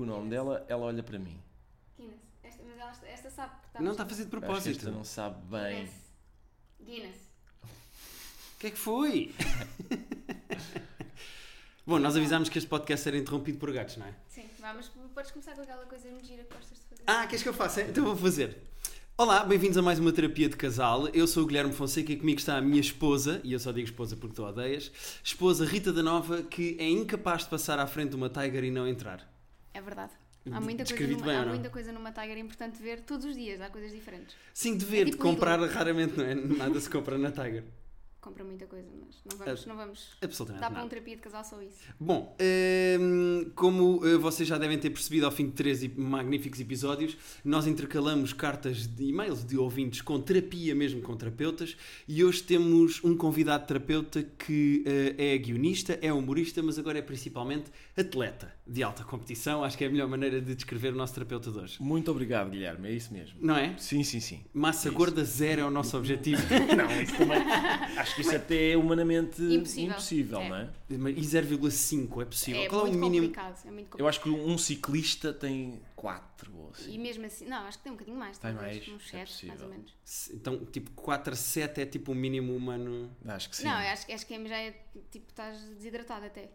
Tá nome dela, ela olha para mim. Guinness. Esta, mas ela, esta sabe que está. Não tá está a fazer de Eu Acho que esta propósito. não sabe bem. Guinness. Guinness. O que é que foi? Bom, nós avisámos que este podcast era interrompido por gatos, não é? Sim, vá, mas podes começar com aquela coisa muito gira que gostas de fazer. Ah, queres que eu faça? Então vou fazer. Olá, bem-vindos a mais uma terapia de casal. Eu sou o Guilherme Fonseca e comigo está a minha esposa, e eu só digo esposa porque tu a odeias, esposa Rita da Nova, que é incapaz de passar à frente de uma Tiger e não entrar. É verdade. Há muita, coisa Descrevi-te numa, bem, há ou não? muita coisa numa Tiger importante ver todos os dias, há coisas diferentes. Sim, de ver, É de tipo comprar raramente, não é? Nada se compra na Tiger. Compra muita coisa, mas não vamos. É. Não vamos Absolutamente dá para nada. um terapia de casal só isso. Bom, hum, como eh, vocês já devem ter percebido ao fim de três ep- magníficos episódios, nós intercalamos cartas de e-mails de ouvintes com terapia, mesmo com terapeutas, e hoje temos um convidado terapeuta que eh, é guionista, é humorista, mas agora é principalmente atleta de alta competição. Acho que é a melhor maneira de descrever o nosso terapeuta de hoje. Muito obrigado, Guilherme, é isso mesmo. Não é? Sim, sim, sim. Massa Isso. gorda zero é o nosso objetivo. Não, isso também. Acho que isso até é humanamente Impossível. impossível, É. não é? E 0,5 é possível. é Qual é o muito mínimo? complicado. É muito complicado. Eu acho que um ciclista tem quatro ou assim. E mesmo assim, não, acho que tem um bocadinho mais, Tem talvez, mais, uns é 7, mais ou possível. menos. Se- Então, tipo, 4 a 7 é tipo o mínimo humano. Acho que sim. Não, eu acho, acho que é- já é tipo, estás desidratado até.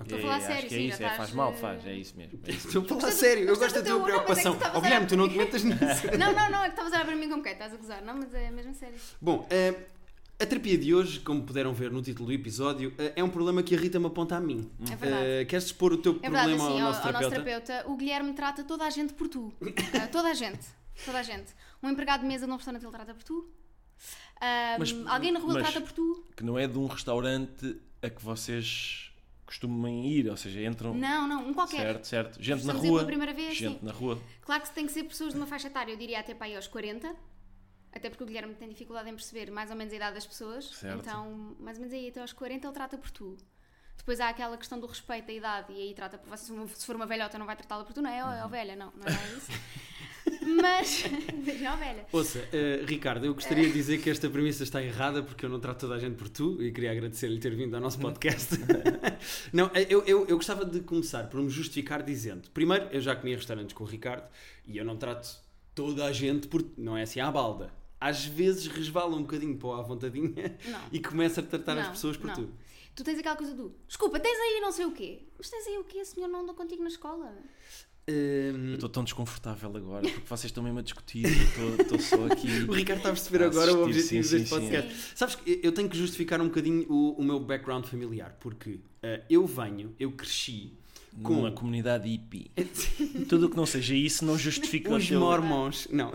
Estou a falar sério, acho que é sim, já isso, é, faz estás, mal, eh, faz, é isso mesmo. é isso. Estou a falar sério, eu gosto gosto da do teu- não, tua mas é que preocupação. estavas Ó a- Guilherme, tu não te metas nisso. Não, não, não, é que estavas a olhar para mim como quem? Estás a gozar? Não, mas é mesmo sério. Bom, eh, a terapia de hoje, como puderam ver no título do episódio, eh, é um problema que a Rita me aponta a mim. É verdade. Eh, queres expor o teu É problema verdade, assim, ao, nosso terapeuta? terapeuta, o Guilherme trata toda a gente por tu. Ah, toda a gente. Toda a gente. Um empregado de mesa num restaurante ele trata por tu. Ah, Mas- alguém na rua ele mas- trata por tu. Que não é de um restaurante a que vocês costumam ir, ou seja, entram. Não, não, um qualquer. Certo, certo. Gente na Precisamos ir pela rua. primeira vez, gente sim. na rua. Claro que se tem que ser pessoas de uma faixa etária, eu diria até para aí aos 40. Até porque o Guilherme tem dificuldade em perceber mais ou menos a idade das pessoas. Certo. Então, mais ou menos aí até aos 40 ele trata por tu. Depois há aquela questão do respeito da idade e aí trata por vocês. Se for uma velhota não vai tratá-la por tu, não é? Ó Uhum. ó velha, não, não é nada isso. Mas, veja, é ó velha. Ouça, eh, Ricardo, eu gostaria de dizer que esta premissa está errada porque eu não trato toda a gente por tu e queria agradecer-lhe ter vindo ao nosso podcast. não, eh, eu, eu, eu gostava de começar por me justificar dizendo: primeiro, eu já comi em restaurantes com o Ricardo e eu não trato toda a gente por. Não é assim à balda. Às vezes resvala um bocadinho para o à vontadinha Não. e começa a tratar as Não, pessoas por não. tu. Tu tens aquela coisa do desculpa, tens aí não sei o quê. Mas tens aí o quê? A senhora não andou contigo na escola. Ehm, Eu estou tão desconfortável agora porque vocês estão mesmo a discutir. eu Estou estou só aqui. O Ricardo está a perceber A agora o assistir, objetivo Ah, sim, deste sim, sim. podcast. Sabes que eu tenho que justificar um bocadinho o, o meu background familiar, porque ah, eu venho, eu cresci Numa com comunidade hippie. Tudo o que não seja isso não justifica o É os teu... mormons. Não.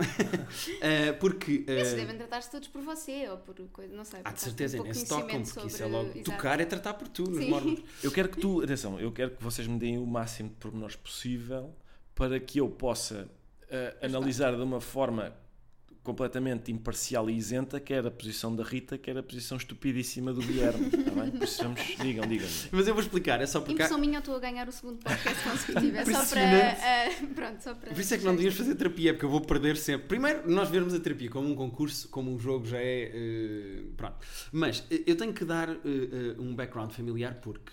Ah, porque. ah, Esses devem tratar-se todos por você ou por coisa, não sei. por há de acaso, certeza, pouco nem se tocam, conhecimento porque isso é sobre- logo. Exato. Tocar é tratar por tu, nos Sim. mormons. Eu quero que tu, atenção, eu quero que vocês me deem o máximo de pormenores possível para que eu possa eh, tá. analisar de uma forma completamente imparcial e isenta quer a posição da Rita, quer a posição estupidíssima do Guilherme. Está bem? Precisamos, digam, digam. Mas eu vou explicar, é só porque. há- Impressão minha, eu estou a ganhar o segundo podcast consecutivo. É só para. Impressionante. ah, pronto, só para. Por isso é que não devíamos fazer terapia, porque eu vou perder sempre. Primeiro, nós vermos a terapia como um concurso, como um jogo já é. eh, pronto. Mas eh, eu tenho que dar eh, eh, um background familiar porque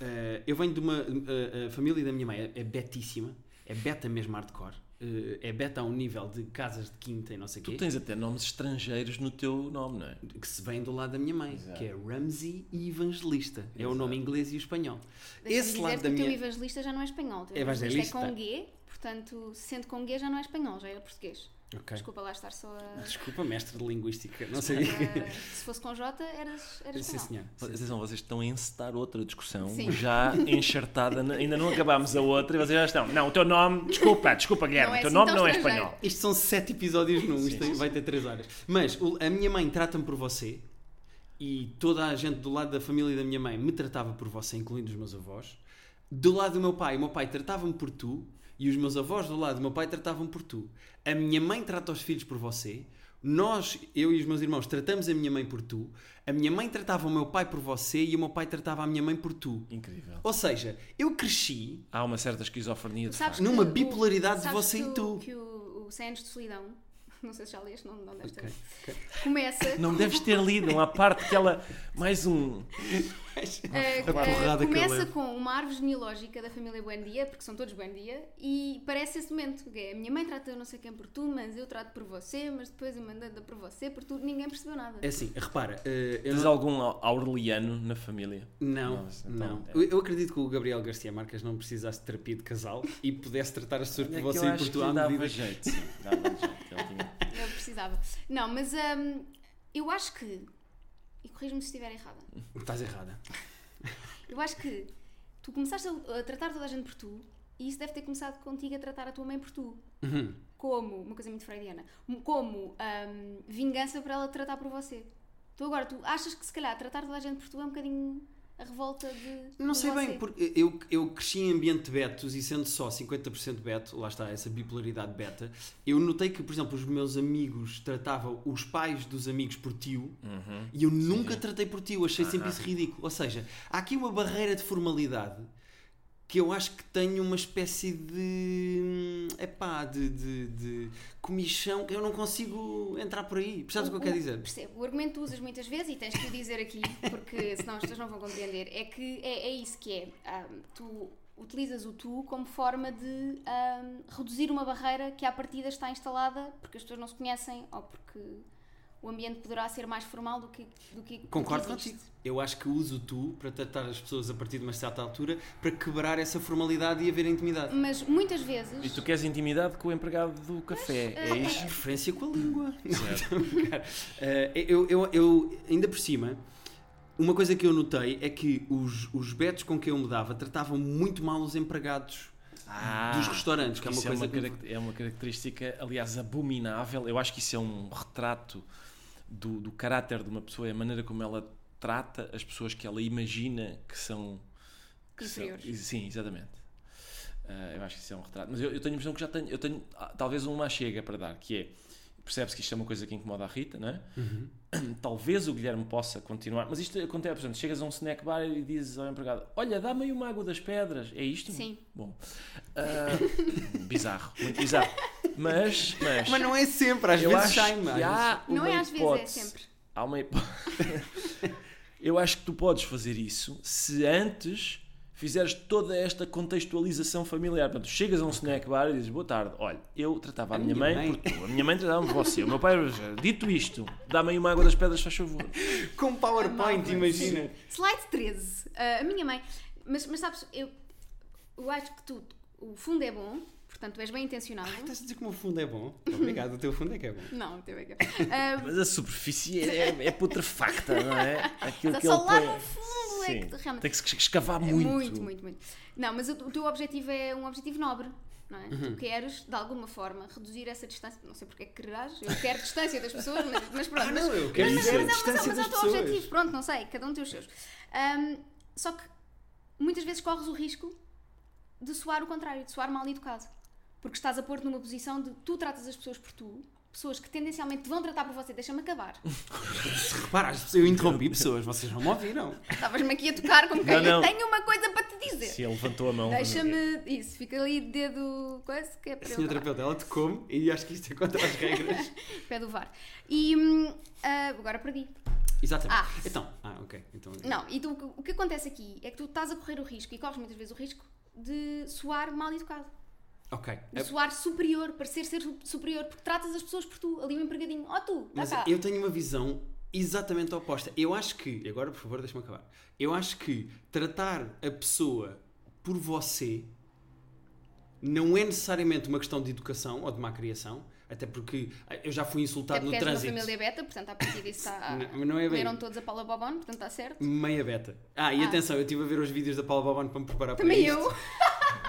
eh, eu venho de uma. eh, a família da minha mãe é- é betíssima, é beta mesmo hardcore, eh, é beta a um nível de casas de quinta e não sei o Tu quê. tens até nomes estrangeiros no teu nome, não é? Que se vem do lado da minha mãe, Exato. que é Ramsey e Evangelista. É o nome inglês e o espanhol. Deixa-me Esse dizer lado que da o minha. teu evangelista já não é espanhol. O teu evangelista Evangelista. é com G, portanto, sendo com G já não é espanhol, já era português. Ok. Desculpa lá estar só a. Desculpa, mestre de linguística. Não sei. a- se fosse com J, eras, eras Sim, espanhol. senhor. Atenção, vocês estão a encetar outra discussão Sim. já enxertada, na- ainda não acabámos a outra e vocês já estão. Não, o teu nome, desculpa, desculpa Guilherme, Não é o teu assim nome tão não é estrangeiro. espanhol. Isto são sete episódios num, isto vai ter três horas. Mas o- a minha mãe trata-me por você e toda a gente do lado da família da minha mãe me tratava por você, incluindo os meus avós. Do lado do meu pai, o meu pai tratava-me por tu e os meus avós do lado do meu pai tratavam por tu. A minha mãe trata os filhos por você. Nós, eu e os meus irmãos, tratamos a minha mãe por tu. A minha mãe tratava o meu pai por você e o meu pai tratava a minha mãe por tu. Incrível. Ou seja, eu cresci Há uma certa esquizofrenia de Sabes facto. Numa que o- bipolaridade de sabes você que e o- tu. Que o, o 100 anos de solidão Não sei se já leste, não, não deves ter Ok. lido. Começa. Não deves ter lido, não há parte que ela. Mais um. eh, A porrada eh, que eu começa levo. com uma árvore genealógica da família Buendia, porque são todos Buendia, e parece esse momento que é, a minha mãe trata eu não sei quem por tu, mas eu trato por você, mas depois a mandada por você, por tu, ninguém percebeu nada. É assim, repara, eh, eu Tens não, algum au- aureliano na família? não, Não, isso então não. é. Eu, eu acredito que o Gabriel Garcia Marques não precisasse de terapia de casal e pudesse tratar as É É pessoas por você e por tu à medida. jeito. Sim, dava jeito. Ele tinha... assim. Eu precisava. Não, mas hum, eu acho que. E corrijo-me se estiver errada. Estás errada. Eu acho que tu começaste a, a tratar toda a gente por tu e isso deve ter começado contigo a tratar a tua mãe por tu. Uhum. Como, uma coisa muito freudiana, como hum, vingança para ela tratar por você. Tu agora, tu achas que se calhar tratar toda a gente por tu é um bocadinho a revolta de. Não de sei você. bem, porque eu, eu cresci em ambiente betos e sendo só 50% beto, lá está essa bipolaridade beta, eu notei que, por exemplo, os meus amigos tratavam os pais dos amigos por tio Uhum. e eu nunca tratei por tio, achei sempre isso ridículo. Ou seja, há aqui uma barreira de formalidade que eu acho que tenho uma espécie de. hum, epá, de, de, de comichão que eu não consigo entrar por aí. Percebes o que eu quero dizer? Percebo. O argumento que usas muitas vezes e tens que o dizer aqui, porque senão as pessoas não vão compreender, é que é, é isso que é. Ahm, tu utilizas o tu como forma de ahm, reduzir uma barreira que à partida está instalada porque as pessoas não se conhecem ou porque o ambiente poderá ser mais formal do que. Do que do Concordo que existe. contigo. Eu acho que uso o tu para tratar as pessoas a partir de uma certa altura para quebrar essa formalidade e haver intimidade. Mas muitas E vezes. tu queres intimidade com o empregado do café, eh, é isso? Preferência com a língua. Certo. Eh, eu, eu, eu, ainda por cima, uma coisa que eu notei é que os, os betos com quem eu me dava tratavam muito mal os empregados Ah, dos restaurantes, que é uma isso coisa é, uma que- carac- é uma característica, aliás, abominável. Eu acho que isso é um retrato do, do caráter de uma pessoa, é a maneira como ela trata as pessoas que ela imagina que são que são- Inferiores. sim, exatamente. Ah, eu acho que isso é um retrato. Mas eu, eu tenho a impressão que já tenho, eu tenho ah, talvez uma chega para dar, que é percebe-se que isto é uma coisa que incomoda a Rita, não é? Uhum. Talvez o Guilherme possa continuar, mas isto acontece, por exemplo, chegas a um snack bar e dizes ao empregado: Olha, dá-me aí uma água das pedras. É isto? Sim. Bom, ah, bizarro, muito bizarro. Mas, mas, Mas não é sempre, às eu vezes acho sai que há Não uma é às vezes, é hipótese- sempre. Há uma hipótese. eu acho que tu podes fazer isso se antes fizeres toda esta contextualização familiar. Portanto, chegas a um snack bar e dizes, boa tarde, olha, eu tratava a, minha, minha mãe, mãe." por tu, a minha mãe tratava-me por você, o meu pai, dito isto, dá-me aí uma água das pedras, faz favor. Com PowerPoint, imagina. Slide 13. Ah, a minha mãe. Mas, mas sabes, eu, eu acho que tu. O fundo é bom, portanto, tu és bem intencionado. Estás a dizer que o meu fundo é bom? Obrigado, o teu fundo é que é bom. Não, teve que. Ah, Mas a superfície é, é putrefacta, não é? Aquilo Mas que só ele lá põe- no fundo é que realmente- Tem que se escavar É muito. muito, muito, muito. Não, mas o, o teu objetivo é um objetivo nobre, não é? Tu queres, de alguma forma, reduzir essa distância. Não sei porque é que quererás, eu quero distância das pessoas, mas, mas pronto. Ah, mas- não, eu quero mas, mas, mas, dizer é- mas, é- mas distância é o das teu pessoas. objetivo, pronto, não sei, cada um tem os seus. Ahm, só que muitas vezes corres o risco de soar o contrário, de soar mal educado. Porque estás a pôr-te numa posição de tu tratas as pessoas por tu, pessoas que tendencialmente te vão tratar por você, deixa-me acabar. Repara, as pessoas- eu interrompi pessoas, vocês não me ouviram. Estavas-me aqui a tocar como quem Não, não. eu tenho uma coisa para te dizer. Se ele levantou a mão. Deixa-me. Isso, fica ali dedo. Coisa que é para Senhor eu. terapeuta, ela te come e acho que isto é contra as regras. Pé do VAR. E. hum, ah, agora perdi. Exatamente. Ah. Então, ah, ok. Então, Não, e tu, o que- o que acontece aqui é que tu estás a correr o risco, e corres muitas vezes o risco, de soar mal educado. Ok. De É- soar superior, parecer ser su- superior, porque tratas as pessoas por tu, ali o empregadinho. Ó tu, dá Mas cá. eu tenho uma visão exatamente oposta. Eu acho que, e agora por favor, deixa-me acabar. Eu acho que tratar a pessoa por você não é necessariamente uma questão de educação ou de má criação, até porque ah, eu já fui Até insultado no porque és uma trânsito. família beta, portanto, à partida isso está. Não, não é bem- Comeram todos a Paula Bobon, portanto está certo. Meia beta. Ah, e Ah. atenção, eu estive a ver os vídeos da Paula Bobon para me preparar Também para eu. é isto.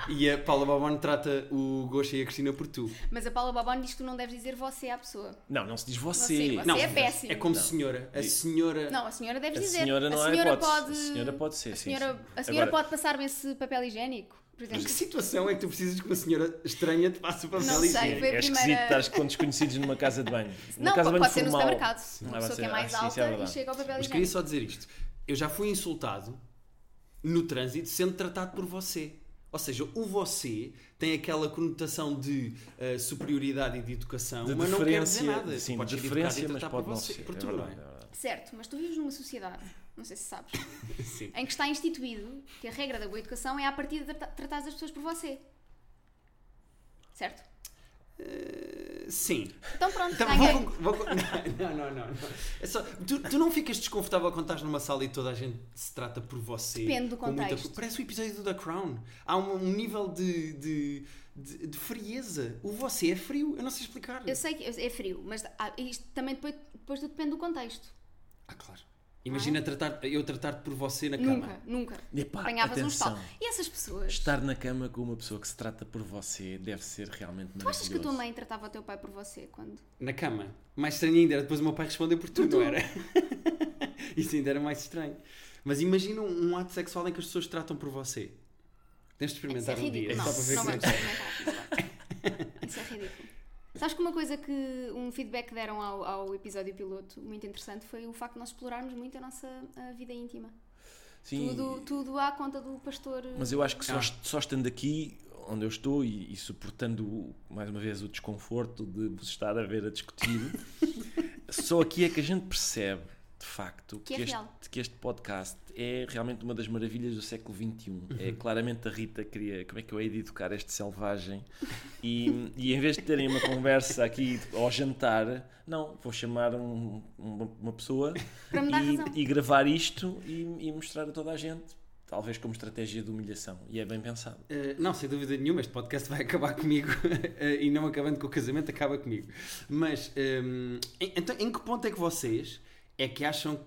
E a Paula Bobon trata o Gosha e a Cristina por tu. Mas a Paula Bobon diz que tu não deves dizer você à pessoa. Não, não se diz Você, você. você. Não, é péssimo. É como Não. senhora. A senhora. Não, a senhora deve A dizer. senhora não a há senhora hipótese. pode. A senhora pode ser, a sim, senhora, sim. A senhora Agora- pode passar-me esse papel higiênico, por Mas que exemplo. situação é que tu precisas que uma senhora estranha te passe o papel Não sei, higiênico? foi a é esquisito primeira- estar com desconhecidos numa casa de banho. Numa Não, casa de pode, banho pode ser no formal. supermercado. Ah, Uma vai pessoa que é ser- mais ah, sim, isso é alta e verdade. chega ao papel Mas queria higiênico. só dizer isto. Eu já fui insultado no trânsito sendo tratado por você. Ou Ou seja, o você tem aquela conotação de eh, superioridade e de educação, De mas não quer dizer diferença, nada. sim, Podes de ser educado diferença, e mas tratar pode por não você- ser. Por é tu, não verdade, é? é verdade. Certo, mas tu vives numa sociedade, não sei se sabes, Sim. em que está instituído que a regra da boa educação é a partir de trata- tratar as pessoas por você. Certo? Sim. Então pronto, Então, ganhei. vou- vou- vou- não, não, não. não. É só, tu, tu não ficas desconfortável quando estás numa sala e toda a gente se trata por você. Depende do com muita- contexto. Parece o episódio do The Crown. Há um, um nível de, de, de, de frieza. O você é frio. Eu não sei explicar. Eu sei que é frio, mas há- isto também depois, depois tudo depende do contexto. Ah, claro. Imagina tratar, eu tratar-te por você na Ah. nunca, cama. nunca. Epá, Apanhavas um atenção. estalo. E essas pessoas? Estar na cama com uma pessoa que se trata por você deve ser realmente Tu achas maravilhoso. que a tua mãe tratava o teu pai por você quando? Na cama. Mais estranho ainda era depois o meu pai responder por tu, não era? Isso ainda era mais estranho. Mas imagina um, um ato sexual em que as pessoas tratam por você. Tens de Isso é experimentar um ridículo. dia. Não, só para ver não como é vamos que- experimentar. Isso é ridículo. Sabes que uma coisa que um feedback que deram ao, ao episódio piloto muito interessante foi o facto de nós explorarmos muito a nossa a vida íntima. Sim, Tudo, tudo à conta do pastor. Mas eu acho que só, Ah. só estando aqui onde eu estou e, e suportando o- mais uma vez o desconforto de vos estar a ver a discutir, só aqui é que a gente percebe de facto Que é este, real. que este podcast é realmente uma das maravilhas do século XXI. Uhum. É claramente a Rita queria como é que eu hei de educar este selvagem e, e em vez de terem uma conversa aqui ao jantar, não, vou chamar um- uma, uma pessoa Para me dar e, razão. e gravar isto e, e mostrar a toda a gente, talvez como estratégia de humilhação. E é bem pensado. Eh, não, sem dúvida nenhuma, este podcast vai acabar comigo Eh, e não acabando com o casamento, acaba comigo. Mas, ehm, em- então, em que ponto é que vocês é que acham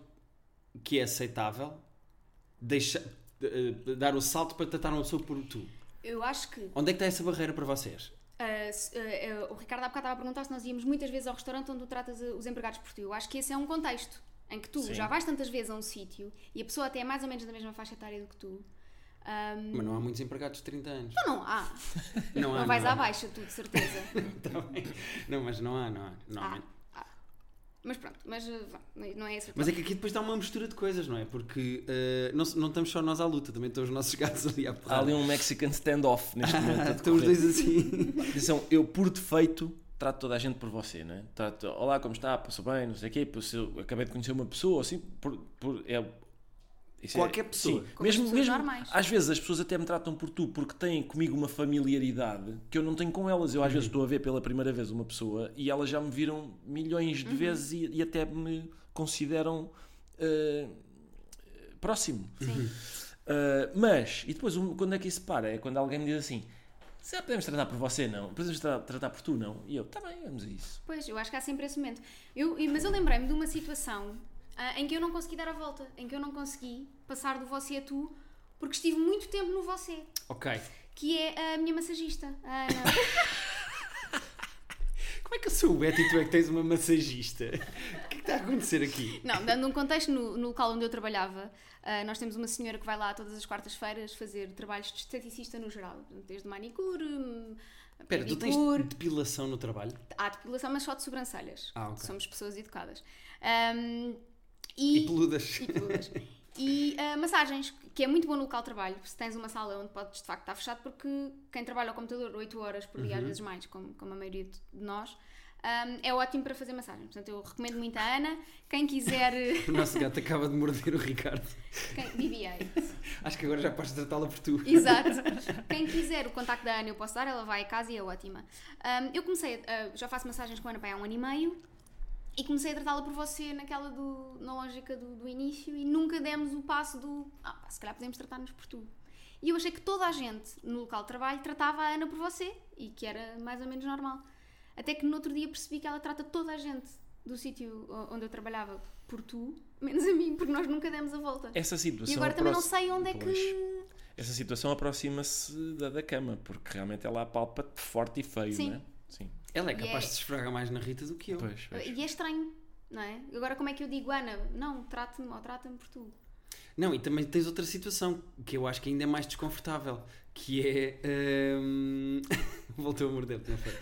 que é aceitável deixar, eh, dar o salto para tratar uma pessoa por tu? Eu acho que. Onde é que está essa barreira para vocês? ah, se- ah, ah, o Ricardo há bocado estava a perguntar se nós íamos muitas vezes ao restaurante onde tu tratas ah, os empregados por ti. Eu acho que esse é um contexto em que tu Sim. já vais tantas vezes a um sítio e a pessoa até é mais ou menos da mesma faixa etária do que tu. Ah, Mas não há muitos empregados de 30 anos. então não há. Não, há, Não vais Um não à há. baixa, tu, de certeza. Tá bem. Não, mas não há, não há. Não há. Ah, ah. Mas pronto, mas eh, vá, não é esse o Mas é tema. que aqui depois dá uma mistura de coisas, não é? Porque eh, não, não estamos só nós à luta, também estão os nossos gatos ali à Há ali porrada. um Mexican standoff neste momento. a Estão os decorrer. dois assim. Atenção, eu por defeito trato toda a gente por você, não é? Trato, olá, como está? Passou bem? Não sei o quê. Passou, acabei de conhecer uma pessoa, assim, por... por é, isso é- Qualquer pessoa. Sim, Como as mesmo, pessoas mesmo normais. às vezes as pessoas até me tratam por tu porque têm comigo uma familiaridade que eu não tenho com elas. Eu às Uhum. vezes estou a ver pela primeira vez uma pessoa e elas já me viram milhões Uhum. de vezes e, e até me consideram eh, próximo. Sim. Uh, mas, e depois um- quando é que isso para? É quando alguém me diz assim: se já podemos tratar por você, não? Podemos tra- tratar por tu, não? E eu, tá bem, vamos a isso. Pois, eu acho que há sempre esse momento. Eu, e- mas eu lembrei-me de uma situação ah, em que eu não consegui dar a volta, em que eu não consegui passar do você a tu, porque estive muito tempo no você, ok. que é a minha massagista, a Ana. Como é que eu sou o Beto e tu é que tens uma massagista? O que é que está a acontecer aqui? Não, dando um contexto, no, no local onde eu trabalhava, ah, nós temos uma senhora que vai lá todas as quartas-feiras fazer trabalhos de esteticista no geral, desde manicure, hum, Espera, tu tens pedicure, depilação no trabalho? Há depilação, mas só de sobrancelhas. Ah, ok. Somos pessoas educadas. Ahm, E, e, peludas? e peludas. E, ah, massagens, que é muito bom no local de trabalho, se tens uma sala onde podes de facto estar fechado, porque quem trabalha ao computador 8 horas por Uhum. dia, às vezes mais, como, como a maioria de de nós, ahm, é ótimo para fazer massagens. Portanto, eu recomendo muito a Ana. Quem quiser. eh, O nosso gato acaba de morder o Ricardo. Quem, BBA. Acho que agora já podes tratá-la por tu. Exato. Quem quiser o contacto da Ana, eu posso dar, ela vai a casa e é ótima. Ahm, eu comecei, a- a- já faço massagens com a Ana pai há um ano e meio e comecei a tratá-la por você naquela do, na lógica do, do início e nunca demos o passo do ah, pá, se calhar podemos tratar-nos por tu. E eu achei que toda a gente no local de trabalho tratava a Ana por você e que era mais ou menos normal. Até que no outro dia percebi que ela trata toda a gente do sítio o- onde eu trabalhava por tu, menos a mim, porque nós nunca demos a volta. Essa situação. E agora também não aproxi- sei onde é que. Pois. Essa situação aproxima-se da, da cama, porque realmente ela apalpa-te forte e feio, Sim. não é? Sim. Ela é E capaz é- de se esfregar mais na Rita do que eu. Pois, pois. E é estranho, não é? Agora como é que eu digo, Ana, não, trata-me ou trata-me por tu? Não, e também tens outra situação que eu acho que ainda é mais desconfortável, que é. hum, Voltou a morder, não foi?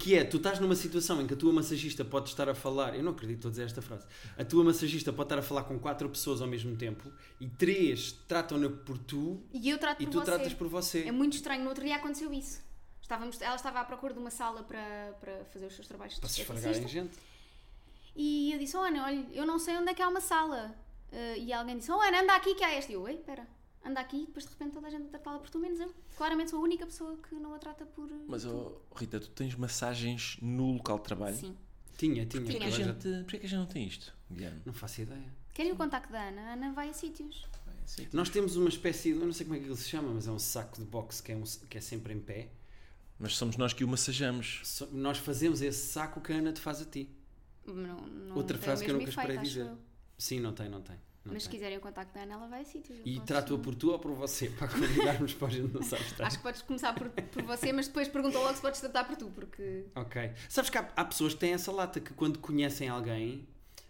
Que é, tu estás numa situação em que a tua massagista pode estar a falar, eu não acredito estou a dizer esta frase, a tua massagista pode estar a falar com quatro pessoas ao mesmo tempo e três tratam-na por tu E eu trato e por tu você. tratas por você. É muito estranho. No outro dia aconteceu isso. Estávamos, ela estava à procura de uma sala para, para fazer os seus trabalhos de Para se esteticista. esfregarem gente. E eu disse, oh, Ana, olha, eu não sei onde é que há uma sala. Eh, e alguém disse, oh, Ana, anda aqui que há esta. E eu, ei, espera, anda aqui. E depois de repente toda a gente a tratá-la por tu, menos eu. Claramente sou a única pessoa que não a trata por... eh, Mas, tu. oh, Rita, tu tens massagens no local de trabalho? Sim. Tinha, tinha. Porquê que, a agora já- gente, porquê que a gente não tem isto, Guilherme? Não faço ideia. Querem o contacto da Ana? A Ana vai a sítios. Nós temos uma espécie, eu não sei como é que ele se chama, mas é um saco de boxe que é, um- que é sempre em pé. Mas somos nós que o massajamos. So- nós fazemos esse saco que a Ana te faz a ti. Não, não Outra tem o frase que eu mesmo nunca esperei efeito, acho dizer. eu. Sim, não tem, não tem. não Mas tipo se tem. quiserem o contacto da Ana, ela vai a sítios. eu E posso- trato-a por tu ou por você, para convidarmos para tá? a gente não sabe estar. Acho que podes começar por, por você, mas depois pergunta logo se podes tratar por tu, porque... Ok. Sabes que há, há pessoas que têm essa lata que quando conhecem alguém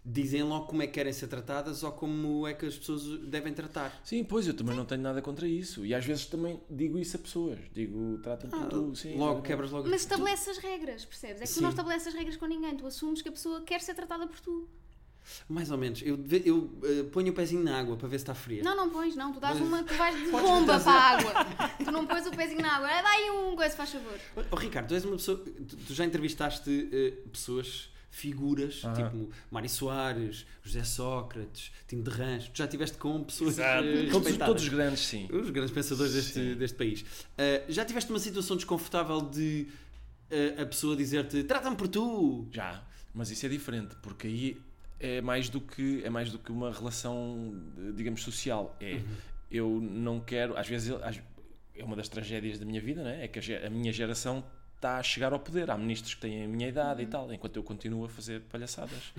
dizem logo como é que querem ser tratadas ou como é que as pessoas o devem tratar. Sim, pois, eu também não tenho nada contra isso. E às vezes também digo isso a pessoas. Digo, trata-me Ah. por tu. Sim, logo exatamente. quebras logo. assim. Mas estabelece as regras, percebes? É que tu Sim. não estabeleces as regras com ninguém. Tu assumes que a pessoa quer ser tratada por tu. tá- Mais ou menos. Eu, deve- eu eh, ponho o pezinho na água para ver se está fria. Não, não pões, não. Tu dás Mas- uma, tu vais de Podes bomba trazer- para a água. tu não pões o pezinho na água. Ah, Dá aí um coisa, faz favor. Oh, Ricardo, tu és uma pessoa. Tu, tu já entrevistaste eh, pessoas, figuras, Aham. tipo Mário Soares, José Sócrates, Tim de Rãs. Tu já estiveste com pessoas. Exato. eh, Todos, respeitadas. todos os grandes, sim. Os grandes pensadores deste, Sim. deste país. Ah, já tiveste uma situação desconfortável de ah, a pessoa dizer-te trata-me por tu? Já, mas isso é diferente, porque aí é mais do que, é mais do que uma relação, eh, digamos, social. É, eu não quero, às vezes, eu- às- é uma das tragédias da minha vida, não é? É que a, ge- a minha geração está a chegar ao poder. Há ministros que têm a minha idade e tal, enquanto eu continuo a fazer palhaçadas.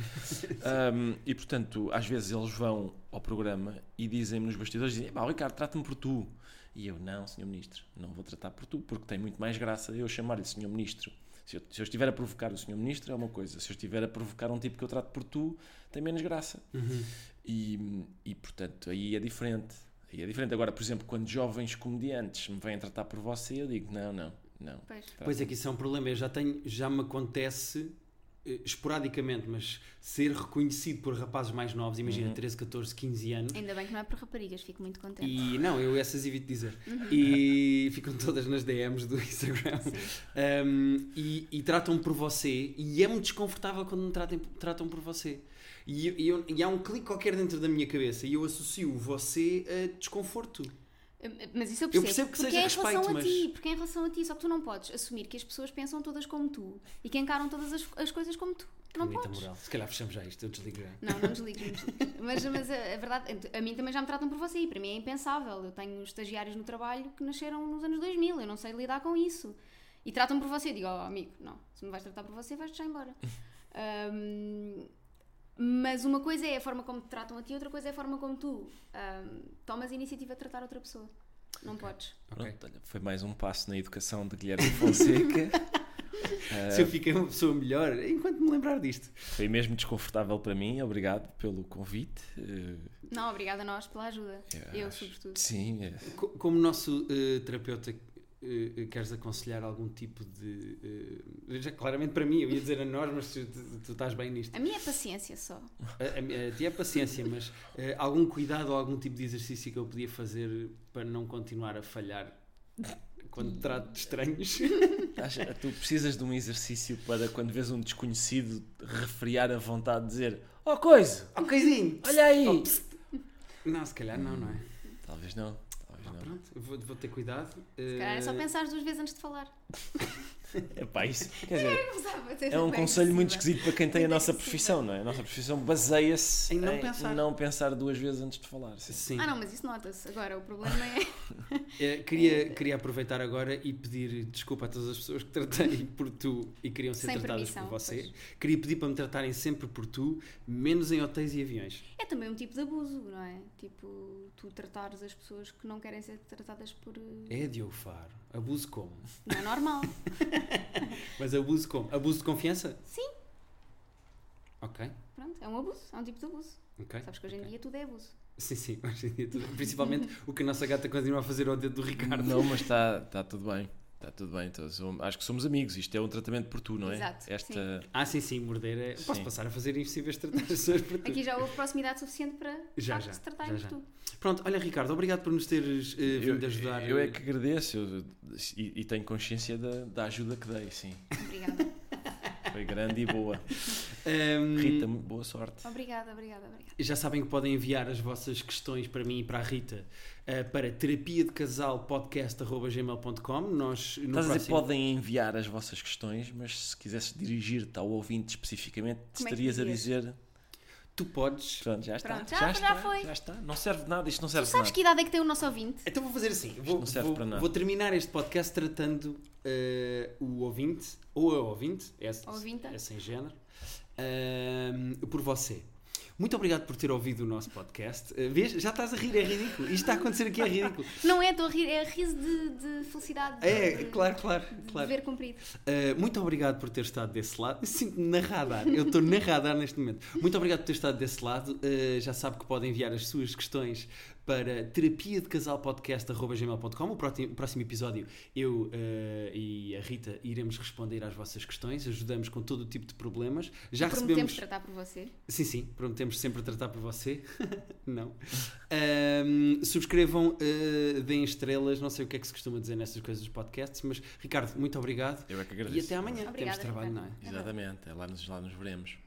Ahm, e, portanto, às vezes eles vão ao programa e dizem-me nos bastidores, dizem, "Pá, Ricardo, trata-me por tu. E eu, não, senhor ministro, não vou tratar por tu, porque tem muito mais graça eu chamar-lhe senhor ministro. Se eu, se eu estiver a provocar o senhor ministro é uma coisa, se eu estiver a provocar um tipo que eu trato por tu, tem menos graça. Uhum. E, e, portanto, aí é diferente. Aí é diferente. Agora, por exemplo, quando jovens comediantes me vêm tratar por você, eu digo, não, não, não. Pois. Pois é que isso é um problema. Eu já tenho, já me acontece eh, esporadicamente, mas ser reconhecido por rapazes mais novos, imagina 13, 14, 15 anos. Ainda bem que não é por raparigas, fico muito contente. E não, eu essas evito dizer. Uhum. E ficam todas nas DMs do Instagram. Um, e e tratam-me por você. E é muito desconfortável quando me tratem, tratam por você. E, eu- e eu- e há um clique qualquer dentro da minha cabeça. E eu associo o você a desconforto. Eh, Mas isso eu percebo. percebo que porque seja é em respeito, relação mas- a ti, porque é em relação a ti, só que tu não podes assumir que as pessoas pensam todas como tu e que encaram todas as, as coisas como tu. Não Bonita podes. moral. Se calhar fechamos já isto, eu desligo já. Não, não desligo, não desligo. Mas, mas a, a verdade, a mim também já me tratam por você e para mim é impensável. Eu tenho estagiários no trabalho que nasceram nos anos 2000, eu não sei lidar com isso. E tratam-me por você, eu digo, oh, amigo, não, se me vais tratar por você, vais-te já embora. Ahm, mas uma coisa é a forma como te tratam a ti, outra coisa é a forma como tu ahm, tomas a iniciativa de tratar outra pessoa. Não podes. Pronto, olha, foi mais um passo na educação de Guilherme Fonseca. Se eu fiquei uma pessoa melhor, enquanto me lembrar disto. foi mesmo desconfortável para mim. Obrigado pelo convite. Eh, Não, obrigada a nós pela ajuda. Eu, acho- sobretudo. Sim, é. Co- Como nosso eh, terapeuta, eh, queres aconselhar algum tipo de. eh, já, claramente para mim, eu ia dizer a nós, mas tu, tu- tu estás bem nisto. A minha é paciência só. A, a, a ti é paciência, mas eh, algum cuidado ou algum tipo de exercício que eu podia fazer para não continuar a falhar quando trato de estranhos? Acha- tu precisas de um exercício para quando vês um desconhecido refriar a vontade de dizer Oh, coisa, Oh, coisinho! olha aí! Oh, psst. não, se calhar não, não é? Talvez não, talvez Ah, não. pronto, eu vou, vou ter cuidado. Se calhar é só eh, pensar duas vezes antes de falar. É pá, isso. Quer dizer, É É um conselho muito esquisito. esquisito para quem tem a Muito nossa agressiva. profissão, não é? A nossa profissão baseia-se Em não pensar. não pensar duas vezes antes de falar. sim. Sim. Ah, não, mas isso nota-se. Agora, o problema é. Eh, queria, queria aproveitar agora e pedir desculpa a todas as pessoas que tratei por tu e queriam ser Sem tratadas permissão, por você. Queria pedir para me tratarem sempre por tu, menos em hotéis e aviões. É também um tipo de abuso, não é? Tipo, tu tratares as pessoas que não querem ser tratadas por. eh, É Diogo Faro. Abuso como? Não é normal. Mas abuso como? Abuso de confiança? Sim. Ok, Pronto, é um abuso. É um tipo de abuso. ok. Sabes que hoje em dia tudo é abuso. Sim, sim. hoje em dia tudo- Principalmente o que a nossa gata continua a fazer ao dedo do Ricardo. Não, mas está está tá, tudo bem. Está Está tudo bem, então, som- acho que somos amigos. Isto é um tratamento por tu, não é? Exato, Esta. Ah, sim, sim, morder é. Posso Sim. passar a fazer impossíveis tratações para ti. Aqui já houve proximidade suficiente para Já, para já, se tratar já, por já. tu. Pronto, olha, Ricardo, obrigado por nos teres eh, vindo ajudar. eu é que agradeço eu- e, e tenho consciência da, da ajuda que dei, sim. Obrigada. Foi grande e boa. Ahm, Rita, boa sorte. Obrigada, obrigada, obrigada. ehm, Já sabem que podem enviar as vossas questões para mim e para a Rita eh, para terapia de casal podcast.gmail.com. Nós Estás a no dizer, próximo... podem enviar as vossas questões, mas se quisesse dirigir-te ao ouvinte especificamente, Como é que estarias a dizias? dizer. Tu podes. Pronto, já está. Pronto, já- já está, foi. Já está. Não serve de nada, isto não Tu serve de sabes nada. que idade é que tem o nosso ouvinte? Então vou fazer assim. Vou, não serve vou- para nada. vou terminar este podcast tratando eh, o ouvinte, ou a ouvinte, é, Ouvinta. é sem género, ahm, por você. Muito obrigado por ter ouvido o nosso podcast. Eh, vês? Já estás a rir, é ridículo. Isto está a acontecer aqui, é ridículo. Não é, estou a rir, é riso de, de felicidade. de- É, de- claro, claro, De claro. dever cumprido. Uh, muito obrigado por ter estado desse lado. Eu Sinto-me na radar, eu estou na radar neste momento. Muito obrigado por ter estado desse lado. Uh, já sabe que pode enviar as suas questões para terapia de casal O próximo, o próximo episódio eu uh, e a Rita iremos responder às vossas questões. Ajudamos com todo o tipo de problemas. Já Prometemos recebemos. tratar por você. Sim, sim, prometemos sempre tratar por você. não. Ahm, subscrevam, uh, deem estrelas. Não sei o que é que se costuma dizer nesstas coisas dos podcasts, mas Ricardo, muito obrigado. Eu é que E agradeço. até amanhã. Obrigada, Temos trabalho, Ricardo. não é? Exatamente, é lá nos, lá nos veremos.